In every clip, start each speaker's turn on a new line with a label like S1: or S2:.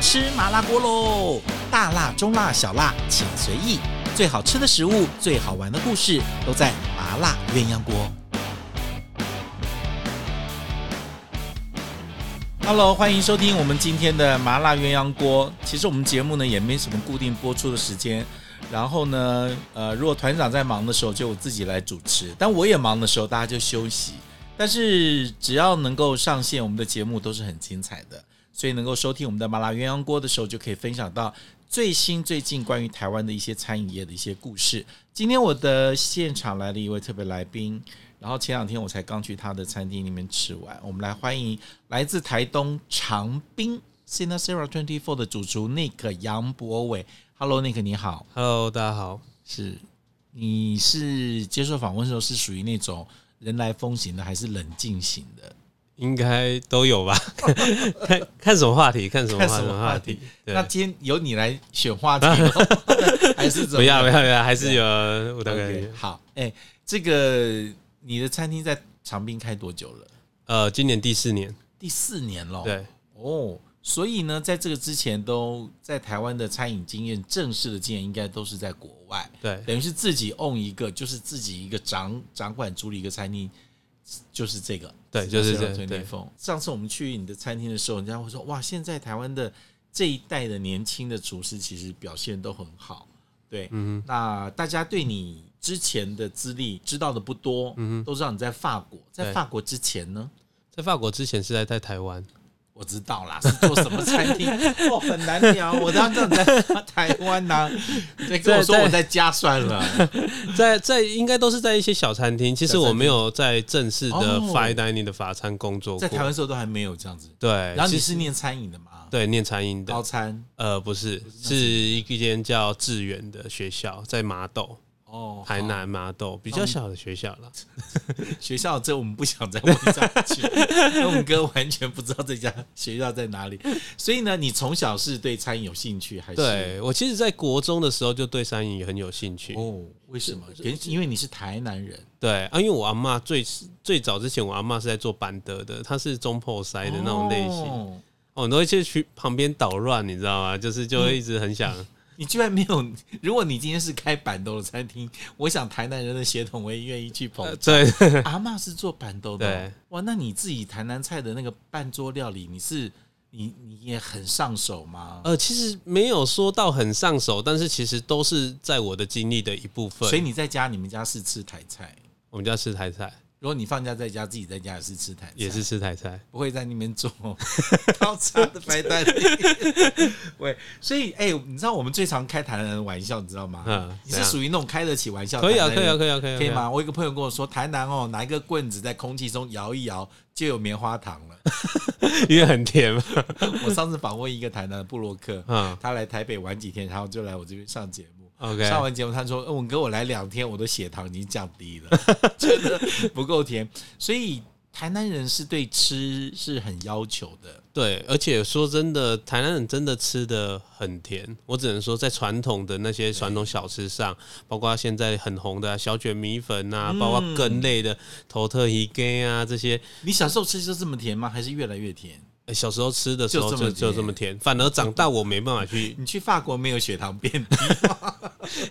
S1: 吃麻辣锅喽！大辣、中辣、小辣，请随意。最好吃的食物，最好玩的故事，都在麻辣鸳鸯锅。Hello，欢迎收听我们今天的麻辣鸳鸯锅。其实我们节目呢也没什么固定播出的时间，然后呢，呃，如果团长在忙的时候，就我自己来主持；但我也忙的时候，大家就休息。但是只要能够上线，我们的节目都是很精彩的，所以能够收听我们的麻辣鸳鸯锅的时候，就可以分享到最新最近关于台湾的一些餐饮业的一些故事。今天我的现场来了一位特别来宾，然后前两天我才刚去他的餐厅里面吃完。我们来欢迎来自台东长滨 c i n a Sera Twenty Four 的主厨 Nick 杨博伟。Hello，Nick，你好。
S2: Hello，大家好。
S1: 是，你是接受访问的时候是属于那种人来疯型的，还是冷静型的？
S2: 应该都有吧？ 看看什么话题？看什么
S1: 看
S2: 话
S1: 什
S2: 什
S1: 么
S2: 么
S1: 话
S2: 话
S1: 题
S2: 题？？对
S1: 那，今天由你来选话题吗，还是怎
S2: 不
S1: 么样？
S2: 要不要不要，还是有我大
S1: OK，
S2: 概
S1: 好，哎、这个你的餐厅在长滨开多久了？
S2: 呃，今年第四年，
S1: 第四年了。
S2: 对，
S1: 哦，所以呢，在这个之前都在台湾的餐饮经验，正式的经验应该都是在国外，
S2: 对
S1: 等于是自己 own 一个，就是自己一个掌掌管主理一个餐厅，就是这个，
S2: 对就是这
S1: 个。
S2: 对
S1: 上次我们去你的餐厅的时候，人家会说，哇，现在台湾的这一代的年轻的厨师其实表现都很好，对，
S2: 嗯
S1: 那大家对你之前的资历知道的不多，
S2: 嗯哼，
S1: 都知道你在法国，在
S2: 对
S1: 法国之前呢？
S2: 在法国之前是在在台湾，
S1: 我知道啦，是做什么餐 厅？哦，很难聊。我当时在台湾 呐、你再跟我说
S2: 在
S1: 我在家算了。啊
S2: 在在应该都是在一些小餐厅。其实
S1: 小餐厅
S2: 我没有在正式的
S1: 哦
S2: fine dining 的法餐工作
S1: 在台
S2: 过。
S1: 湾时候都还没有这样子。
S2: 对，
S1: 然后你
S2: 其
S1: 是哦念餐饮的吗？
S2: 对念餐饮
S1: 高
S2: 的，
S1: 餐
S2: 呃，不是，是一间叫致远的学校，在麻豆，
S1: 哦，
S2: 台南麻豆，比较小的学校了。
S1: 好学校这我们不想再问下去， 因为我们哥完全不知道这家学校在哪里。所以呢，你从小是对餐饮有兴趣还是？
S2: 对我其实，在国中的时候就对餐饮也很有兴趣。
S1: 哦，为什么？跟因为你是台南人，
S2: 对啊，因为我阿嬷最最早之前，我阿嬷是在做板德的，她是中破塞的那种类型。哦，
S1: 哦
S2: 很多去去旁边捣乱，你知道吗？就是就会一直很想。
S1: 你居然没有！如果你今天是开板豆的餐厅，我想台南人的血统我也愿意去捧
S2: 呃对，
S1: 阿嬷是做板豆的哦，哇，那你自己台南菜的那个半桌料理，你是你你也很上手吗？
S2: 呃，其实没有说到很上手，但是其实都是在我的经历的一部分。
S1: 所以你在家，你们家是吃台菜。
S2: 我们家吃台菜，
S1: 如果你放假在家，自己在家也是吃台菜，
S2: 也是吃台菜。
S1: 不会在那边做 高叉的白 蛋。喂，所以哎、你知道我们最常开台南人的玩笑，你知道吗？
S2: 嗯
S1: 你
S2: 怎
S1: 是
S2: 样
S1: 属于那种开得起玩笑的
S2: 可以啊，
S1: 台
S2: 可
S1: 南
S2: 以啊，
S1: 人
S2: 可以啊，可以啊，
S1: 可以
S2: 啊？
S1: 吗？我有一个朋友跟我说，台南哦，拿一个棍子在空气中摇一摇，就有棉花糖 了。
S2: 因为很甜嘛。
S1: 我上次访问一个台南的布洛克，
S2: 嗯
S1: 他来台北玩几天，然后就来我这边上节目。
S2: ，OK，
S1: 上完节目，他说：“嗯，我跟我来两天，我的血糖已经降低了， 真的不够甜。”所以台南人是对吃是很要求的。
S2: 对，而且说真的，台南人真的吃的很甜。我只能说，在传统的那些传统小吃上，包括现在很红的、啊、小卷米粉
S1: 嗯
S2: 啊，包括羹类的头特鱼羹啊这些、
S1: 你小时候吃就这么甜吗？还是越来越甜？
S2: 呃小时候吃的时候
S1: 就这么
S2: 就就
S1: 甜
S2: 这么甜，反而长大我没办法去，
S1: 你去法国没有血糖变低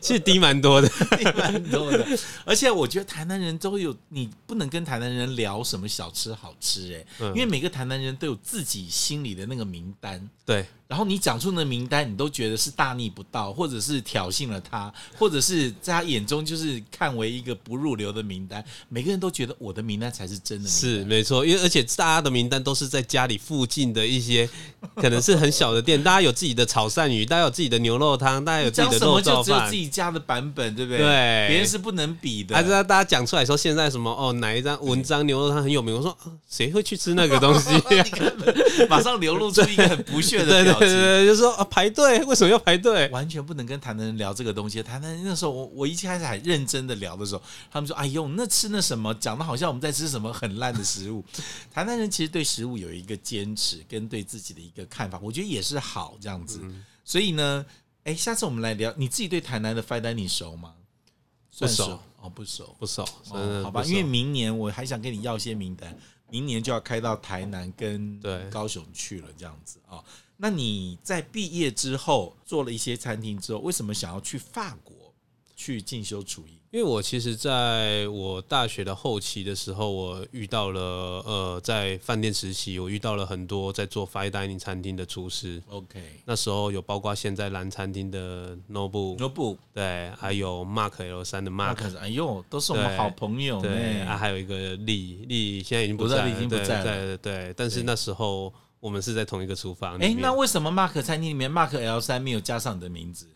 S2: 其实低蛮多的。
S1: 蛮多的，而且我觉得台南人都有，你不能跟台南人聊什么小吃好吃、哎、
S2: 嗯
S1: 因为每个台南人都有自己心里的那个名单。
S2: 对，
S1: 然后你讲出那名单，你都觉得是大逆不道，或者是挑衅了他，或者是在他眼中就是看为一个不入流的名单。每个人都觉得我的名单才是真的名单。
S2: 是没错，因为而且大家的名单都是在家里附近的一些，可能是很小的店，大家有自己的炒鳝鱼，大家有自己的牛肉汤，大家有自己
S1: 讲
S2: 的
S1: 什
S2: 肉
S1: 么
S2: 燥
S1: 就只有
S2: 饭
S1: 自。己家的版本， 对不对？
S2: 对
S1: 别人是不能比的。
S2: 还是大家讲出来说现在什么哦哪一张文章牛肉汤很有名，我说啊谁会去吃那个东 西、
S1: 你根本 马上流露出一个很不屑的
S2: 对 对
S1: 表
S2: 对
S1: 情。
S2: 对，就说啊排队为什么要排队？
S1: 完全不能跟台南人聊这个东西。台南人那时候我我一开始还认真的聊的时候，他们说：“哎呦，那吃那什么，讲的好像我们在吃什么很烂的食物。” 台南人其实对食物有一个坚持，跟对自己的一个看法，我觉得也是好这样子。所以呢，哎，下次我们来聊，你自己对台南的 fine dining 熟吗？
S2: 不熟
S1: 算哦，不熟。
S2: 不熟，真
S1: 哦
S2: 的
S1: 好吧，
S2: 不熟
S1: 因为明年我还想跟你要一些名单，明年就要开到台南跟
S2: 对
S1: 高雄去了，这样子啊、那你在毕业之后做了一些餐厅之后，为什么想要去法国去进修厨艺？
S2: 因为我其实在我大学的后期的时候，我遇到了呃，在饭店实习，我遇到了很多在做 fine dining 餐厅的厨师。
S1: OK，
S2: 那时候有包括现在蓝餐厅的 Nobu，
S1: 说不，
S2: 对，还有 Mark L 三的
S1: 那
S2: Mark，
S1: 可是哎呦，都是我们
S2: 对
S1: 好朋友
S2: 对，
S1: 呢。
S2: 啊，还有一个丽丽，现在已经不
S1: 哦哎我知道
S2: 在了，
S1: 丽已经不
S2: 对
S1: 在了
S2: 对对对，但是
S1: 对
S2: 那时候我们是在同一个厨房里
S1: 哎、
S2: 面。
S1: 那为什么 Mark 餐厅里面 Mark L 三没有加上你的名 字？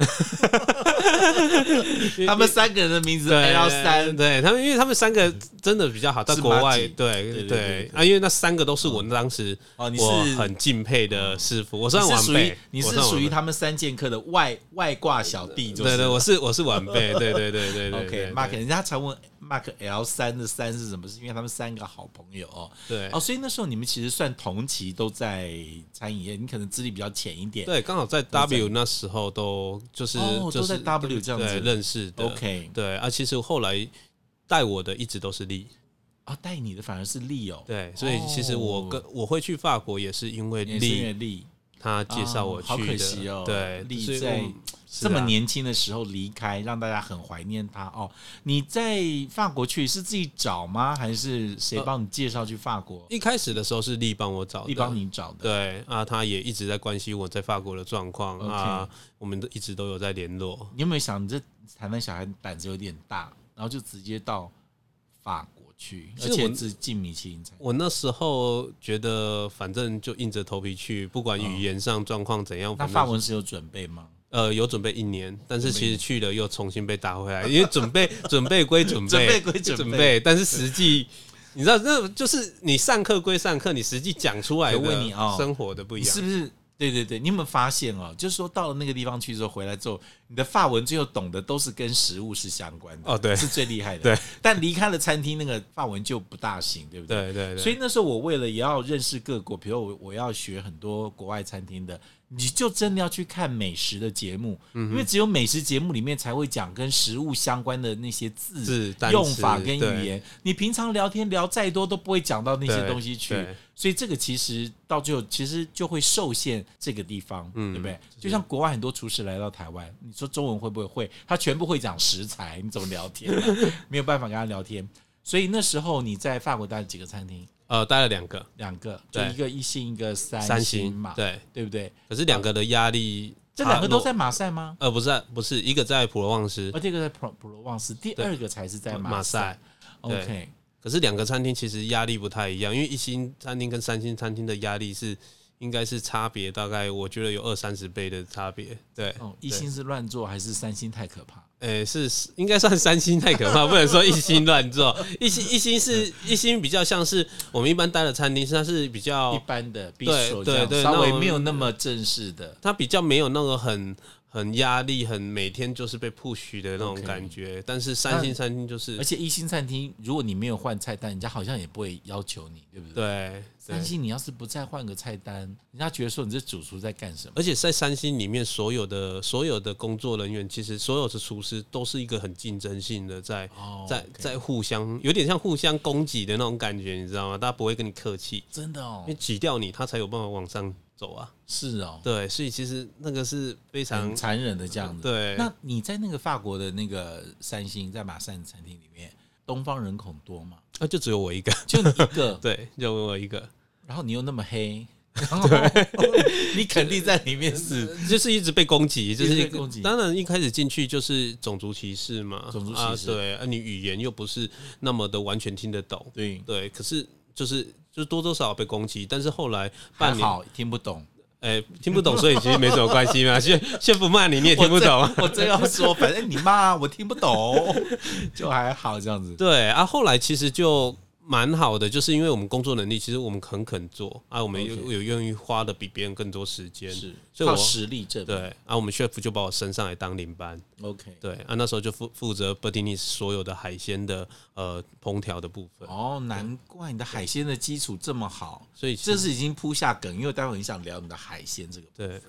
S1: 他们三个人的名字
S2: 对
S1: L 三，
S2: 对他们，因为他们三个真的比较好，在
S1: 是
S2: 国
S1: 麻
S2: 外
S1: 吉，
S2: 对
S1: 对对对
S2: 对啊，因为那三个都是我当时
S1: 哦你是哦
S2: 我很敬佩的师傅，我
S1: 你
S2: 算
S1: 是
S2: 晚
S1: 属
S2: 辈
S1: 于，你
S2: 我
S1: 是
S2: 算晚
S1: 属于
S2: 辈
S1: 他们三剑客的外外挂小弟，就是
S2: 对对，
S1: 了
S2: 我是我是晚辈，对对对对对
S1: OK，
S2: 对
S1: Mark，人家常问 Mark L 三的三是什么？是因为他们三个好朋友哦。
S2: 对
S1: 哦，所以那时候你们其实算同期都在餐饮业，你可能资历比较浅一点。
S2: 对，刚好在 W 那时候都就是
S1: 哦
S2: 就
S1: 都在
S2: 是
S1: W 这样
S2: 对
S1: 子
S2: 认识的
S1: OK
S2: 对啊，其实后来带我的一直都是丽，
S1: 啊，带你的反而是利哦，
S2: 对，所以其实我跟我会去法国也是因为
S1: 也是因为
S2: 丽
S1: 利
S2: 她介绍我
S1: 啊
S2: 去的，
S1: 好可惜哦
S2: 对，
S1: 利
S2: 所以
S1: 在
S2: 我是
S1: 这么
S2: 啊
S1: 年轻的时候离开，让大家很怀念他哦。你在法国去是自己找吗？还是
S2: 呃
S1: 谁帮你介绍去法国？
S2: 啊一开始的时候是丽帮我找的，
S1: 利帮你找的。
S2: 对啊，他也一直在关心我在法国的状况
S1: OK
S2: 啊，我们都一直都有在联络。
S1: 你有没有想，你这台湾小孩胆子有点大，然后就直接到法国去，
S2: 其
S1: 而
S2: 实
S1: 且
S2: 我
S1: 只进米其林餐厅。
S2: 我那时候觉得，反正就硬着头皮去，不管语言上状况怎样，
S1: 嗯那
S2: 反
S1: 法
S2: 正
S1: 文是有准备吗？
S2: 呃有准备一年，但是其实去了又重新被打回来，因 为准备准备归准备，
S1: 准备归准备
S2: 准备，但是实际。你知道，那就是你上课归上课，你实际讲出来
S1: 我问你哦
S2: 的生活的不一
S1: 你
S2: 样
S1: 是。不是？对对对，你有没有发现哦？就是说到了那个地方去之后，回来之后，你的法文最后懂的都是跟食物是相关的
S2: 哦对
S1: 是最厉害的。
S2: 对，
S1: 但离开了餐厅，那个法文就不大行，对不对？
S2: 对对对，
S1: 所以那时候我为了也要认识各国，比如我我要学很多国外餐厅的，你就真的要去看美食的节目，
S2: 嗯
S1: 因为只有美食节目里面才会讲跟食物相关的那些字、
S2: 字单词
S1: 用法跟
S2: 对
S1: 语言。你平常聊天聊再多都不会讲到那些
S2: 对
S1: 东西去
S2: 对，
S1: 所以这个其实到最后其实就会受限这个地方，
S2: 嗯
S1: 对不对？就像国外很多厨师来到台湾，你说中文会不会会？他全部会讲食材，你怎么聊 天啊、没有办法跟他聊天。所以那时候你在法国待了几个餐厅？
S2: 呃，待了两个
S1: 两个，就
S2: 对
S1: 一个一星，一个三
S2: 三
S1: 星
S2: 星
S1: 嘛，
S2: 对，
S1: 对不对？
S2: 可是两个的压力
S1: 这
S2: 差
S1: 两个都
S2: 落
S1: 在马赛吗？哦
S2: 呃，不是啊，不是，一个在普罗旺斯
S1: 而，这个在普普罗旺斯，第二个才是在
S2: 马
S1: 赛
S2: 赛。。对
S1: OK，
S2: 可是两个餐厅其实压力不太一样，因为一星餐厅跟三星餐厅的压力是应该是差别大概我觉得有二三十倍的差别。对，
S1: 哦，一星是乱做还是三星太可怕？
S2: 呃、是应该算三星太可怕，不能说一星乱做。一星一 星是一星比较像是我们一般待的餐厅，它是比
S1: 一
S2: 较
S1: 般的匕
S2: 对
S1: 首
S2: 哦对
S1: 这样
S2: 对
S1: 稍
S2: 那
S1: 微
S2: 我们
S1: 没有那么正式的。
S2: 它比较没有那个很很压力，很每天就是被 push 的那种
S1: OK
S2: 感觉。但是三星餐厅就是
S1: 而且一星餐厅，如果你没有换菜单，人家好像也不会要求你，对不对？
S2: 对对
S1: 三。星你要是不再换个菜单，人家觉得说你这主厨在干什么？
S2: 而且在三星里面，所有的所有的工作人员，其实所有的厨师都是一个很竞争性的，在
S1: 哦
S2: 在
S1: OK
S2: 在互相有点像互相攻击的那种感觉，你知道吗？大家不会跟你客气，
S1: 真的哦
S2: 因为，挤掉你，他才有办法往上走啊。
S1: 是哦，
S2: 对，所以其实那个是非常
S1: 很残忍的这样子。
S2: 对。
S1: 那你在那个法国的那个三星，在马赛餐厅里面，东方人口多 吗？
S2: 那啊就只有 我一个，，
S1: 就你一个
S2: 对，就我一个，
S1: 然后你又那么黑，然
S2: 哦
S1: 后 你肯定在里面死。
S2: 就是一直被攻击，就是
S1: 一直被
S2: 一个
S1: 攻击
S2: 当然一开始进去就是种族歧视嘛，
S1: 种族歧视
S2: 啊、对，啊，你语言又不是那么的完全听得懂，
S1: 对，
S2: 对，可是就是就是多多少少被攻击，但是后来
S1: 还
S2: 半年，
S1: 好听不 懂，
S2: 哎、听不懂，所以其实没什么关系嘛。 先先不骂你，你也听不懂啊。
S1: 我真。我真要说，反正你骂我听不懂，就还好这样子。
S2: 对啊，后来其实就蛮好的，就是因为我们工作能力，其实我们很肯做啊，我们有
S1: OK
S2: 有愿意花的比别人更多时间，
S1: 是，
S2: 所以
S1: 靠
S2: 我
S1: 实力证明。
S2: 对啊，我们 chef 就把我升上来当领班，
S1: OK。
S2: 对啊，那时候就负负责 b e r t i n i 所有的海鲜的呃烹调的部分，
S1: 哦，难怪你的海鲜的基础这么好，
S2: 所以其
S1: 这
S2: 实
S1: 是已经铺下梗，因为待会很想聊你的海鲜这个。
S2: 对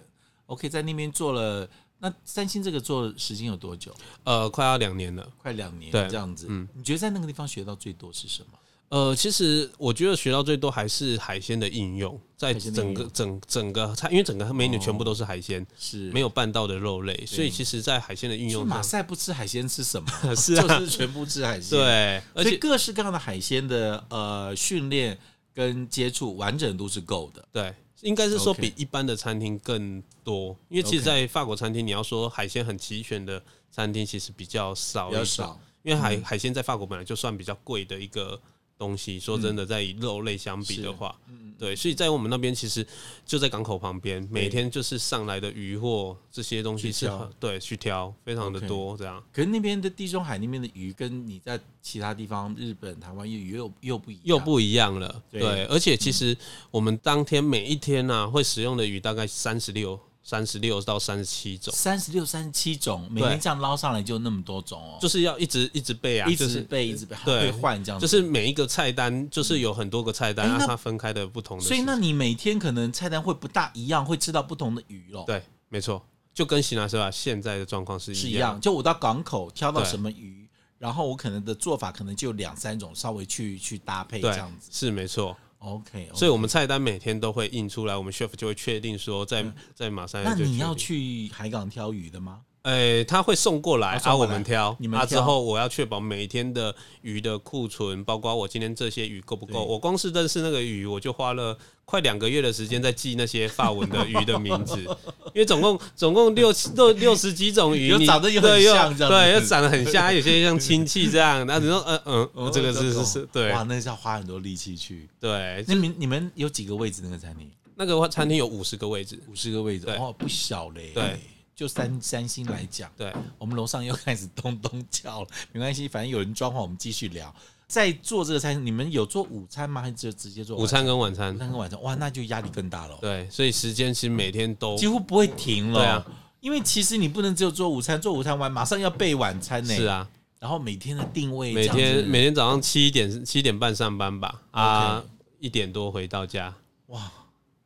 S1: OK，在那边做了，那三星这个做时间有多久？
S2: 呃快要两年了。
S1: 快两年
S2: 对嗯
S1: 这样子。你觉得在那个地方学到最多是什么？
S2: 呃，其实我觉得学到最多还是海鲜的应用，在
S1: 海鲜的应
S2: 整个
S1: 用哦
S2: 整整个菜，因为整个 menu 全部都是海鲜，
S1: 是
S2: 没有拌到的肉类，所以其实，在海鲜的应
S1: 就
S2: 用
S1: 马
S2: 上，
S1: 赛不吃海鲜吃什么？
S2: 是啊
S1: 就是全部吃海鲜。，
S2: 对，而
S1: 而且
S2: 且
S1: 各式各样的海鲜的呃训练跟接触完整度是够的。
S2: 对，应该是说
S1: OK
S2: 比一般的餐厅更多，因为其实，在法国餐厅，你要说海鲜很齐全的餐厅，其实比较少，
S1: 比较少，
S2: 因为
S1: 嗯
S2: 海海鲜在法国本来就算比较贵的一个东西。说真的，在以肉类相比的话，对，所以在我们那边其实就在港口旁边，每天就是上来的鱼货这些东西
S1: 去
S2: 是
S1: 挑
S2: 很对去挑，非常的
S1: OK
S2: 多这样。
S1: 可是那边的地中海那边的鱼，跟你在其他地方日本、台湾鱼又又不一样，
S2: 又不一样了，
S1: 对
S2: 对，而且其实我们当天每一天呢、啊，会使用的鱼大概三十六、三十六到三十七种，
S1: 三十六、三十七种，每
S2: 对
S1: 天这样捞上来就那么多种哦，
S2: 就是要一直一直背啊，
S1: 一
S2: 就
S1: 直
S2: 是
S1: 背一直背，还
S2: 对
S1: 会换这样
S2: 就
S1: 子。
S2: 是每一个菜单，就是有很多个菜单，
S1: 哎
S2: 让
S1: 那
S2: 它分开的不同的食
S1: 所
S2: 材。
S1: 以那你每天可能菜单会不大一样，会吃到不同的鱼咯。
S2: 对，没错，就跟喜拿斯吧啊现在的状况是
S1: 是
S2: 一
S1: 一
S2: 样
S1: 样。就我到港口挑到
S2: 对
S1: 什么鱼，然后我可能的做法可能就两三种，稍微去去搭配
S2: 对
S1: 这样子。
S2: 是没错。
S1: OK，,
S2: 所以我们菜单每天都会印出来，我们 chef 就会确定说在在马上
S1: 嗯那
S2: 就确
S1: 你
S2: 定
S1: 要去海港挑鱼的吗？
S2: 哎，他会送过来，
S1: 啊送
S2: 啊，
S1: 过
S2: 我
S1: 来
S2: 们挑，
S1: 你们
S2: 啊
S1: 挑
S2: 之后我要确保每一天的鱼的库存，包括我今天这些鱼够不够。
S1: 对
S2: 我光是认识那个鱼，我就花了快两个月的时间在记那些法文的鱼的名 字，因为总共总共六六六十几种 鱼，
S1: 有
S2: 你
S1: 长得又很
S2: 对
S1: 像这样子
S2: 对，又长得很像，有些像亲戚 这样。那你说，嗯嗯，
S1: 哦
S2: 这个是
S1: 懂
S2: 是是，对
S1: 哇，那是要花很多力气去。
S2: 对。
S1: 那你们你们有几个位置？那个餐厅
S2: 那个餐厅有五十个位置，
S1: 五十个位置，
S2: 对
S1: 哦，不小嘞。
S2: 对，
S1: 就三三星来讲，
S2: 对，
S1: 我们楼上又开始咚咚叫了，没关系，反正有人装潢，我们继续聊。在做这个餐，你们有做午餐吗？还是就直接做
S2: 午餐跟晚餐
S1: 晚餐？午，餐跟晚上，哇，那就压力更大了。
S2: 对，啊所以时间其实每天都
S1: 几乎不会停了。
S2: 对啊
S1: 因为其实你不能只有做午餐，做午餐完马上要备晚餐呢、
S2: 是，啊，
S1: 然后每天的定位，
S2: 每
S1: 这样
S2: 天
S1: 子
S2: 每天早上七点七点半上班吧，啊，一点多回到家，
S1: 哇，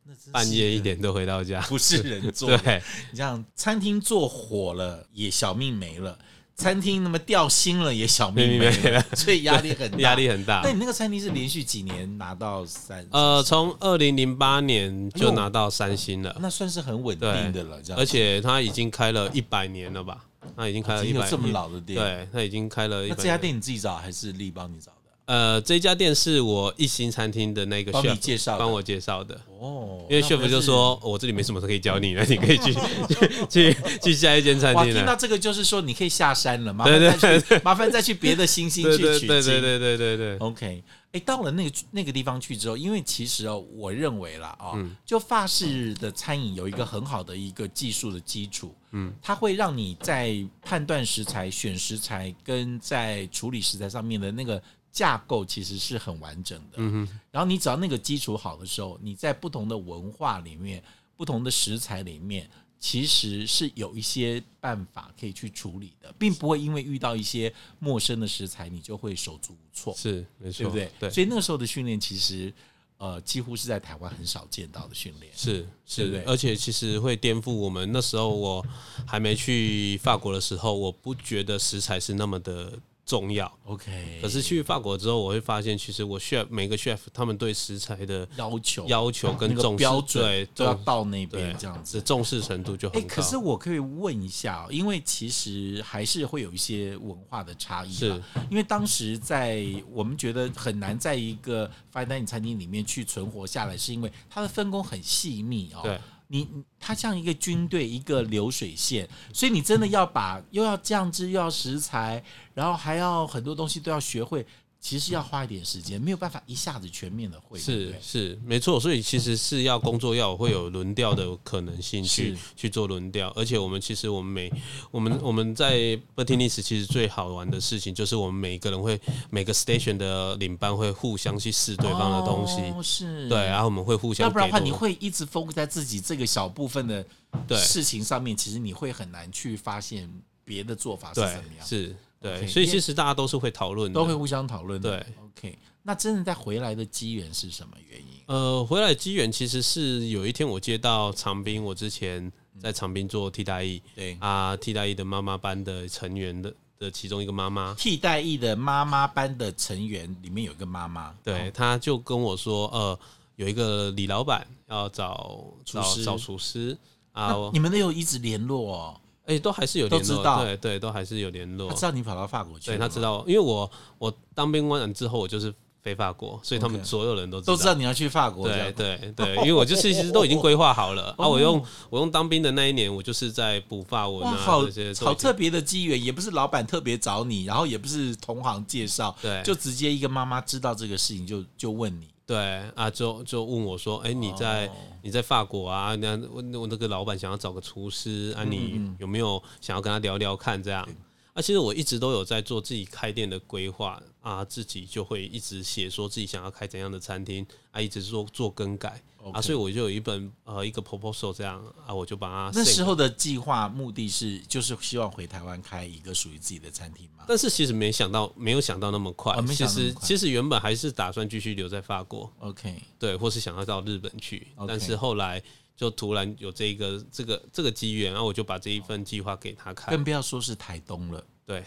S1: 那真是
S2: 半夜一点多回到家。
S1: 不是人做的。
S2: 对，
S1: 你像餐厅做火了，也小命没了；餐厅那么掉星了，也小命没
S2: 命没
S1: 了，所以压力很大。
S2: 压。力很大
S1: 那。你那个餐厅是连续几年拿到三，
S2: 呃，从二零零八年
S1: 哎
S2: 就拿到三星了，
S1: 那算是很稳定的了，这样。
S2: 而且他已经开了一百年了吧？他已经开
S1: 已
S2: 了呃一
S1: 经有
S2: 百，
S1: 这么老的店，。
S2: 对，他已经开了一
S1: 那
S2: 百。
S1: 这家，店你自己找还是丽帮你找的？
S2: 呃，这家店是我一星餐厅的那个
S1: 帮你
S2: chef
S1: 介绍的
S2: 帮我介绍的。
S1: 哦，
S2: 因为
S1: 那不
S2: chef 就是说，我这里没什么可以教你的，你可以去去去去下一间餐
S1: 哇，
S2: 厅
S1: 听
S2: 了
S1: 到。这个就是说你可以下山了，麻
S2: 对
S1: 烦
S2: 对
S1: 再去，麻烦再去别的星星
S2: 对
S1: 去
S2: 对
S1: 取
S2: 对对
S1: 经。
S2: 对对对对。
S1: OK，哎，到了那个那个地方去之后，因为其实哦，我认为啦哦，就法式的餐饮有一个很好的一个技术的基础，嗯，它会让你在判断食材、选食材跟在处理食材上面的那个架构其实是很完整的，嗯然后你只要那个基础好的时候，你在不同的文化里面、不同的食材里面，其实是有一些办法可以去处理的，并不会因为遇到一些陌生的食材，你就会手足无措。
S2: 是
S1: 对
S2: 没错，
S1: 不对？所以那个时候的训练其实呃几乎是在台湾很少见到的训练。
S2: 是
S1: 对
S2: 是
S1: 不对
S2: 而且其实会颠覆我们那时候我还没去法国的时候，我不觉得食材是那么的重要。
S1: OK，
S2: 可是去法国之后，我会发现，其实我 chef 每个 chef 他们对食材的
S1: 要求
S2: 要求跟
S1: 那个
S2: 重视
S1: 标准
S2: 对
S1: 都要
S2: 重
S1: 到那
S2: 对
S1: 边这样子。
S2: 的重视程度就
S1: 哎、
S2: 很高。
S1: 可是我可以问一下哦、因为其实还是会有一些文化的差异啦。因为当时在我们觉得很难在一个 fine dining 餐厅里面去存活下来，是因为它的分工很细密哦。
S2: 对。
S1: 你你它像一个军队，一个流水线，所以你真的要把又要酱汁，又要食材，然后还要很多东西都要学会，其实要花一点时间，没有办法一下子全面的会。对不
S2: 是
S1: 对
S2: 是没错，所以其实是要工作要有会有轮调的可能性去
S1: 是
S2: 去做轮调，而且我们其实我们每我们我们在 b e r t i n i s 其实最好玩的事情就是我们每一个人会每个 station 的领班会互相去试对方的东西，
S1: 哦、是
S2: 对，然后我们会互相
S1: 要不然的话，
S2: 给
S1: 你
S2: 多
S1: 会一直 focus 在自己这个小部分的
S2: 对
S1: 事情上面，其实你会很难去发现别的做法是
S2: 对
S1: 怎么样，
S2: 是
S1: OK，
S2: 对，所以
S1: 因为
S2: 其实大家都是会讨论的，
S1: 都会互相讨论的。
S2: 嗯对
S1: ，OK，那真的在回来的机缘是什么原因？
S2: 呃，回来的机缘其实是有一天我接到长兵，我之前在长兵做替代役，
S1: 对
S2: 啊，替代役的妈妈班的成员的的其中一个妈妈，
S1: 替代役的妈妈班的成员里面有一个妈妈，
S2: 对，他就跟我说，呃，有一个李老板要找
S1: 厨
S2: 找
S1: 师
S2: 找厨师啊，
S1: 那
S2: 我
S1: 你们都有一直联络哦，
S2: 哎、都还是有
S1: 都
S2: 联
S1: 知
S2: 络，
S1: 道
S2: 对对，都还是有联络
S1: 他。知道你跑到法国去
S2: 对
S1: 了
S2: 他
S1: 吗，
S2: 知道，因为我我当兵完之后，我就是飞法国，所以他们
S1: OK
S2: 所有人都知
S1: 都知道你要去法国，这
S2: 对
S1: 样哦
S2: 对对，因为我就是其实都已经规划 好了啊。我用我用当兵的那一年，我就是在补法文
S1: 哇，
S2: 啊
S1: 好
S2: 这些都已
S1: 好
S2: 经
S1: 特别的机缘，也不是老板特别找你，然后也不是同行介绍，
S2: 对
S1: 就直接一个妈妈知道这个事情就就问你，
S2: 对啊，就就问我说，哎、你在、
S1: 哦
S2: 你在法国啊？那我我那个老板想要找个厨师啊，
S1: 嗯
S2: 你有没有想要跟他聊聊看这样？啊，其实我一直都有在做自己开店的规划啊，自己就会一直写说自己想要开怎样的餐厅啊，一直做做更改啊，所以我就有一本呃一个 proposal 这样啊，我就把它
S1: 那
S2: send
S1: 时候的计划目的是就是希望回台湾开一个属于自己的餐厅嘛，
S2: 但是其实没想到，没有想到那么快。
S1: 哦没
S2: 其
S1: 想到那么
S2: 实
S1: 快
S2: 其实原本还是打算继续留在法国，
S1: OK，
S2: 对，或是想要到日本去。
S1: OK
S2: 但是后来就突然有这一个这个这个机缘，然后我就把这一份计划给他看
S1: 更。不要说是台东了。
S2: 对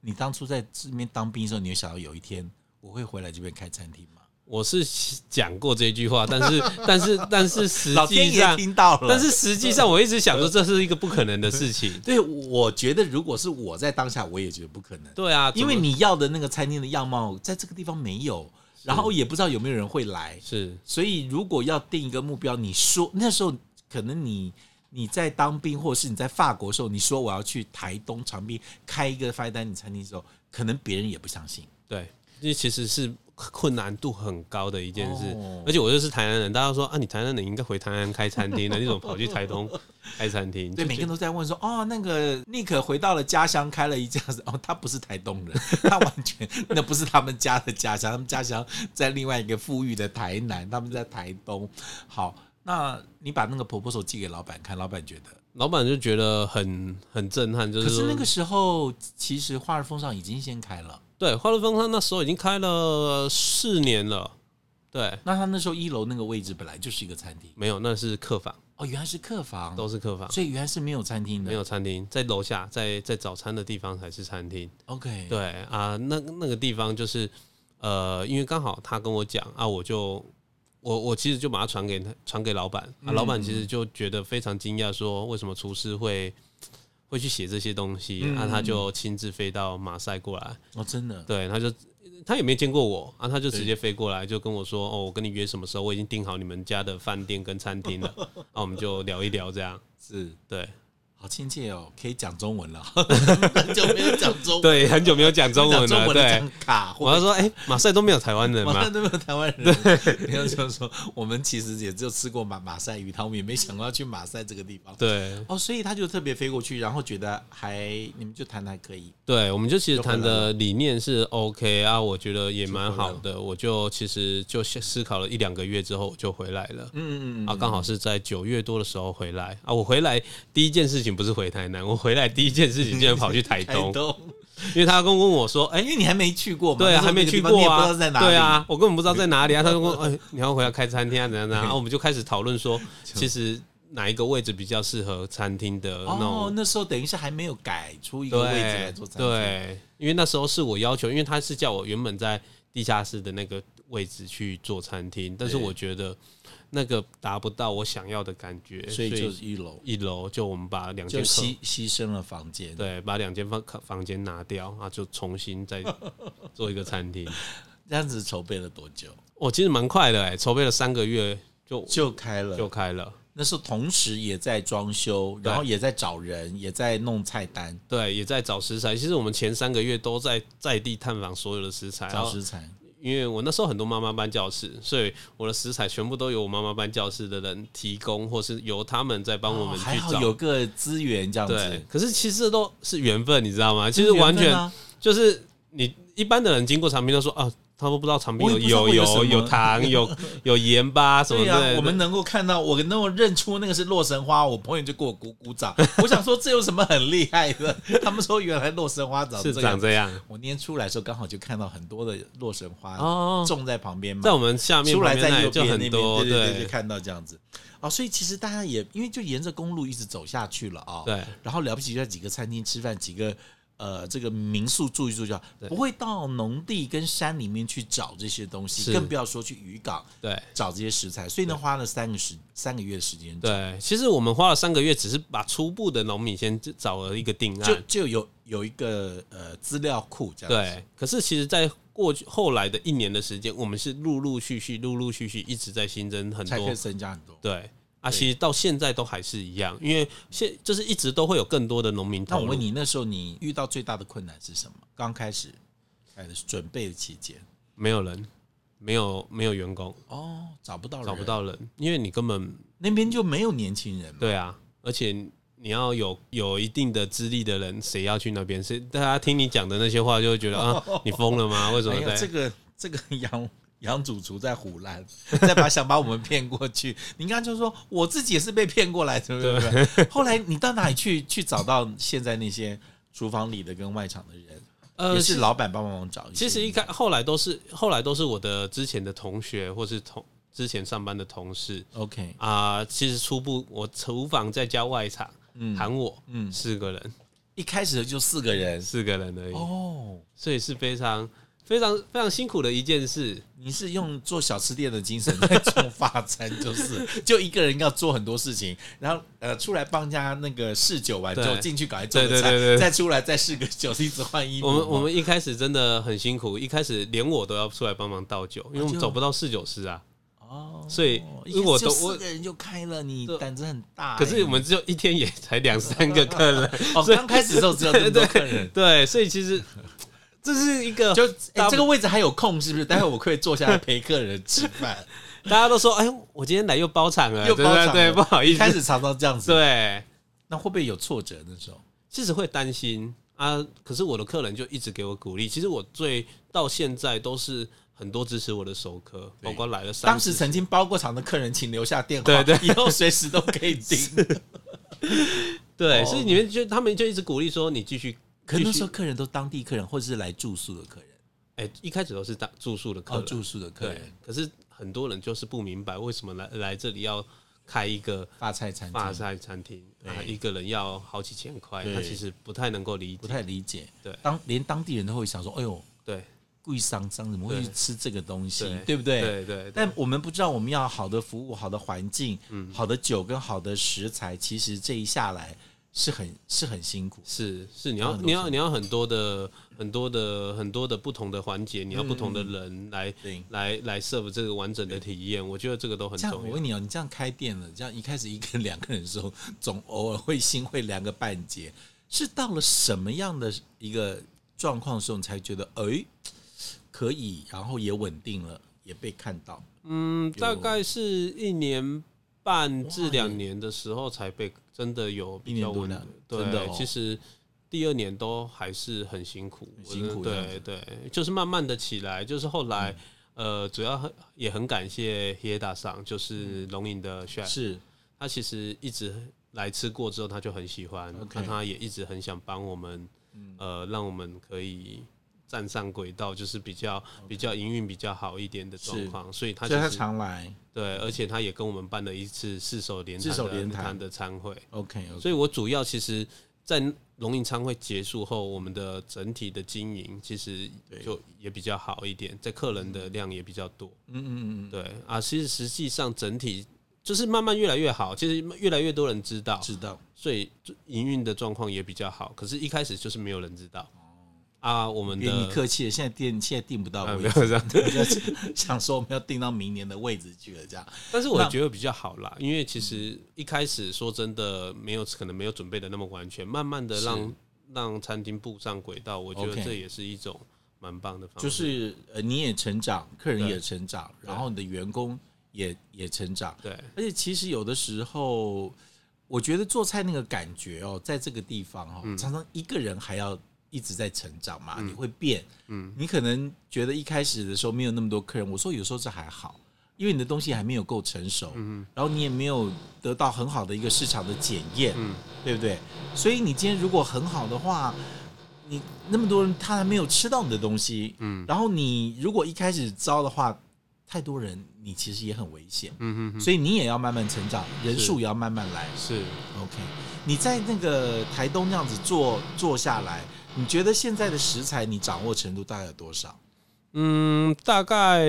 S1: 你当初在这边当兵的时候，你有想到有一天我会回来这边开餐厅吗？
S2: 我是讲过这句话，但是但是但是实
S1: 老
S2: 际
S1: 天爷
S2: 上，
S1: 听到了，。
S2: 但是实际上我一直想说这是一个不可能的事情
S1: 对，我觉得如果是我在当下，我也觉得不可能，
S2: 对啊，
S1: 因为
S2: 怎么
S1: 你要的那个餐厅的样貌在这个地方没有，然后也不知道有没有人会来，
S2: 是
S1: 所以如果要定一个目标，你说那时候可能你。你在当兵，或者是你在法国的时候，你说我要去台东长滨开一个 fine dining 餐厅的时候，可能别人也不相信。
S2: 对，因为其实是困难度很高的一件事，
S1: 哦
S2: 而且我又是台南人，大家都说啊，你台南人应该回台南开餐厅的，你怎么跑去台东开餐 厅？
S1: 对，
S2: 就
S1: 每个
S2: 觉
S1: 人都在问说，哦，那个 Nick 回到了家乡，开了一家子，哦，他不是台东 人，他完全那不是他们家的家乡，他们家乡在另外一个富裕的台南，他们在台东。好，那你把那个婆婆手寄给老板看，老板觉得，
S2: 老板就觉得很很震撼，就
S1: 可
S2: 是
S1: 是
S2: 说
S1: 那个时候其实花儿风尚已经先开了，
S2: 对花乐风他那时候已经开了四年了，对，
S1: 那他那时候一楼那个位置本来就是一个餐厅，
S2: 没有那是客房，
S1: 哦，原来是客房，
S2: 都是客房，
S1: 所以原来是没有餐厅的，
S2: 没有餐厅，在楼下，在在早餐的地方才是餐厅。
S1: ，OK，
S2: 对啊，那那个地方就是，呃，因为刚好他跟我讲啊，我就我我其实就把它传给他，传给老板啊，老板其实就觉得非常惊讶，说为什么厨师会会去写这些东西，那、啊、他就亲自飞到马赛过来，
S1: 哦，真的，
S2: 对，他就他也没见过我啊，他就直接飞过来就跟我说，哦，我跟你约什么时候，我已经订好你们家的饭店跟餐厅 了，啊，我们就聊一聊这样，
S1: 是。
S2: 对
S1: 好亲切哦，可以讲中 文了，很久没有讲中文了
S2: 对，很久没有讲中文
S1: 哦讲中
S2: 了，
S1: 文的
S2: 对
S1: 讲。卡，
S2: 我
S1: 或
S2: 要说，哎、马赛都没有台湾人
S1: 马
S2: 吗
S1: 赛？都 没有台湾人。没有就是说，我们其实也就吃过马马赛鱼汤，我们也没想过要去马赛这个地方。
S2: 对，
S1: 哦，所以他就特别飞过去，然后觉得还你们就谈的还可以。
S2: 对，我们就其实
S1: 就回来
S2: 谈的理念是 OK 啊，我觉得也蛮好的。我就其实就思考了一两个月之后，我就回来了。
S1: 嗯嗯嗯，
S2: 啊，刚好是在九月多的时候回来啊。我回来第一件事情不是回台南，我回来第一件事情竟然跑去台
S1: 台
S2: 东，
S1: 东，
S2: 因为他跟问我说：“哎、
S1: 哎因为你还没去过嘛，
S2: 对
S1: 那时
S2: 啊，还
S1: 候
S2: 没
S1: 那个
S2: 去
S1: 地方你
S2: 过
S1: 也不知
S2: 啊
S1: 道在，哪里。
S2: 对，啊，我根本不知道在哪里啊。”他就问：“哎，你要回来开餐厅啊，怎 样怎样？”啊，我们就开始讨论说，其实哪一个位置比较适合餐厅的那种
S1: 哦，那时候等于是还没有改出一个
S2: 对
S1: 位置来做餐厅。
S2: 对，因为那时候是我要求，因为他是叫我原本在地下室的那个位置去做餐厅，但是
S1: 对
S2: 我觉得那个达不到我想要的感觉，
S1: 所
S2: 所
S1: 以就是一楼
S2: 一楼就我们把两
S1: 就
S2: 间客
S1: 牺牺牲了房间。
S2: 对，把两间房房间拿掉啊，就重 新再做一个餐厅。
S1: 这样子筹备了多久
S2: 我、哦其实蛮快的哎，筹备了三个月就
S1: 就开了？
S2: 就开了。
S1: 那时候同时也在装修，
S2: 对
S1: 然后也在找人，也在弄菜单、
S2: 对，也在找食材。其实我们前三个月都在在地探访所有的食材，然
S1: 找
S2: 后
S1: 食材。
S2: 因为我那时候很多妈妈班教室，所以我的食材全部都由我妈妈班教室的人提供，或是由他们在帮我们
S1: 哦
S2: 去
S1: 还好
S2: 找。
S1: 有个资源这样
S2: 对
S1: 子，，
S2: 可是其实这都是缘分，你知道吗？其实完
S1: 缘
S2: 全
S1: 分啊
S2: 就是你一般的人经过长滨都说啊，他们不知道长滨
S1: 我
S2: 有
S1: 也不知道
S2: 有
S1: 会有什么
S2: 有糖有 有盐巴什么
S1: 对
S2: 之
S1: 呀、
S2: 类的。
S1: 我们能够看到，我能够认出那个是洛神花，我朋友就给我鼓鼓 掌。我想说这有什么很厉害的？他们说原来洛神花长
S2: 是
S1: 这样
S2: 长。这样。
S1: 我那天出来的时候，刚好就看到很多的洛神花
S2: 哦
S1: 种在旁边嘛
S2: 在，我们下面
S1: 出来
S2: 旁边
S1: 在
S2: 那
S1: 右
S2: 里就
S1: 边那
S2: 很
S1: 边，
S2: 多，
S1: 对对，就
S2: 对
S1: 看到这样子。哦，所以其实大家也因为就沿着公路一直走下去了啊、
S2: 对
S1: 然后了不起就在几个餐厅吃饭，几个呃这个民宿住一住就好，不会到农地跟山里面去找这些东西，
S2: 是
S1: 更不要说去渔港
S2: 对
S1: 找这些食材。所以呢，花了三个时三个月的时间，
S2: 对，其实我们花了三个月，只是把初步的农民先找了一个定
S1: 就
S2: 案。
S1: 就有有一个呃资料库这样子。
S2: 对，可是其实，在过去后来的一年的时间，我们是陆陆续续、陆陆续续一直在新增很
S1: 才可
S2: 多
S1: 以增加很多。
S2: 对啊，其实到现在都还是一样，因为现就是一直都会有更多的农民
S1: 那我
S2: 投入
S1: 问。你，那时候你遇到最大的困难是什么？刚开始，哎，准备的期间，
S2: 没有人，没有没有员工，
S1: 哦，找不到人，
S2: 找不，到人，因为你根本
S1: 那边就没有年轻人嘛。
S2: 对啊，而且你要有有一定的资历的人，谁要去那边？谁大家听你讲的那些话，就会觉得 啊，你疯了吗？为什么
S1: 没有
S2: 在？
S1: 哎这个这个 杨杨主厨在胡乱，再把想把我们骗过去。你刚刚就说我自己也是被骗过来，对不对？ 后来你到哪里去去找到现在那些厨房里的跟外场的人？
S2: 呃
S1: 也是老板帮忙找。
S2: 其实一开后来都是后来都是我的之前的同学或是同之前上班的同事
S1: OK，
S2: 啊、其实初步我厨房再加外场，喊我，嗯，四个人，
S1: 一开始就四个人
S2: 四个人而已，
S1: 哦。
S2: 所以是非常非常非常辛苦的一件事。
S1: 你是用做小吃店的精神 在做发餐，就是就一个人要做很多事情，然后呃出来帮人家那个试酒完之后
S2: 对
S1: 进去赶快做个
S2: 对对
S1: 菜
S2: 对对对
S1: 再出来再试个酒，一直换衣服
S2: 我
S1: 嘛。
S2: 们我们一开始真的很辛苦，一开始连我都要出来帮忙倒酒，因为我们走不到侍酒师啊。
S1: 哦，
S2: 所以
S1: 哦
S2: 如果
S1: 一下就
S2: 都
S1: 四
S2: 我
S1: 个人就开了，你
S2: 对
S1: 胆子很大欸。
S2: 可是我们只有一天
S1: 哎
S2: 也才两三个客人，
S1: 哦，
S2: 所以，
S1: 刚开始的时候只有这么多客人
S2: 对，所以 其实这是一个
S1: 就哎
S2: 大部
S1: 这个位置还有空是不是？待会我可以坐下来陪客人吃饭，
S2: 大家都说，哎，我今天来又包场了，
S1: 又包场了
S2: 对对对，不好意
S1: 一开
S2: 思，
S1: 始常常这样子，
S2: 对，
S1: 那会不会有挫折那时候？
S2: 其实会担心啊。可是我的客人就一直给我鼓励，其实我最到现在都是很多支持我的熟客，
S1: 对
S2: 包括来了三
S1: 当时曾经包过场的客人，请留下电话，
S2: 对对
S1: 以后随时都可 以订。
S2: 对，
S1: 哦
S2: 所以你们就他们就一直鼓励说你继续。
S1: 可
S2: 继
S1: 那
S2: 续
S1: 时候客人都当地客人，或者是来住宿的客人，
S2: 哎、一开始都是当住宿的客
S1: 哦，
S2: 人，
S1: 住宿的客
S2: 对
S1: 人，。
S2: 可是很多人就是不明白为什么来来这里要开一个
S1: 发菜餐
S2: 法
S1: 厅
S2: 菜餐厅，
S1: 对
S2: 啊，一个人要好几千块，
S1: 对
S2: 他其实不太能够理
S1: 不
S2: 解。
S1: 太理解，
S2: 对
S1: 当连当地人都会想说，哎呦，
S2: 对
S1: 故意伤伤，怎么会
S2: 对
S1: 去吃这个东西，
S2: 对
S1: 对不对？
S2: 对对，
S1: 但我们不知道，我们要好的服务、好的环境、好的酒跟好的食材，其实这一下来是很是很辛苦。
S2: 是是，你要
S1: 很多
S2: 你要你要很多的很多的很多的不同的环节，你要不
S1: 嗯
S2: 同的人来、
S1: 对
S2: 来来 serve 这个完整的体验，我觉得这个都很
S1: 这样，
S2: 重
S1: 我
S2: 要。
S1: 问你哦，你这样开店了，这样一开始一个人、两个人的时候，总偶尔会心会凉个半截，是到了什么样的一个状况的时候，你才觉得哎可以，然后也稳定了，也被看到？
S2: 嗯，大概是一年半至两年的时候才被真的有比较
S1: 一
S2: 稳
S1: 年
S2: 定
S1: 多。
S2: 对，
S1: 真的哦
S2: 其实第二年都还是很辛苦，
S1: 很辛苦
S2: 我
S1: 这样嗯
S2: 对对，就是慢慢的起来，就是后来。呃，主要很也很感谢 Heda 上，就是龙影的 chef，
S1: 是
S2: 他其实一直来吃过之后，他就很喜欢，那
S1: OK 嗯
S2: 他也一直很想帮我们，呃，让我们可以站上轨道，就是比较比较营运比较好一点的状况，所以他
S1: 所以
S2: 其
S1: 他
S2: 实
S1: 常来
S2: 对，而且他也跟我们办了一次四手联
S1: 四手
S2: 的
S1: 联
S2: 谈
S1: 弹
S2: 的餐会，
S1: ，OK，
S2: 所以我主要其实，在龙吟餐会结束后，我们的整体的经营其实
S1: 对
S2: 就也比较好一点，在客人的量也比较多。
S1: 嗯嗯嗯
S2: 对啊，其实实际上整体就是慢慢越来越好，其实越来越多人知道
S1: 嗯，，知道。
S2: 所以营运的状况也比较好。可是，一开始就是没有人知道啊，我们
S1: 别哦你
S2: 的。
S1: 客气了，现在订现在订不到
S2: 啊，
S1: 位
S2: 没
S1: 置
S2: 有，这样，
S1: 想说我们要订到明年的位置去了，这样
S2: 但是我觉得比较好啦，因为其实
S1: 嗯
S2: 一开始说真的没有，可能没有准备的那么完全，慢慢的让让餐厅步上轨道，我觉得
S1: OK
S2: 这也是一种蛮棒的方式。
S1: 就是呃你也成长，客人
S2: 对
S1: 也成长，然后你的员工也也成长，
S2: 对，
S1: 而且其实有的时候，我觉得做菜那个感觉哦，在这个地方哦，常常一个人还要一直在成长嘛，你会变，嗯，你可能觉得一开始的时候没有那么多客人，我说有时候这还好。因为你的东西还没有够成熟，嗯，然后你也没有得到很好的一个市场的检验，嗯，对不对？所以你今天如果很好的话，你那么多人他还没有吃到你的东西，嗯，然后你如果一开始招的话，太多人，你其实也很危险，
S2: 嗯哼哼，
S1: 所以你也要慢慢成长，人数也要慢慢来。
S2: 是
S1: OK，你在那个台东那样子做做下来，你觉得现在的食材你掌握程度大概有多少？
S2: 嗯，大概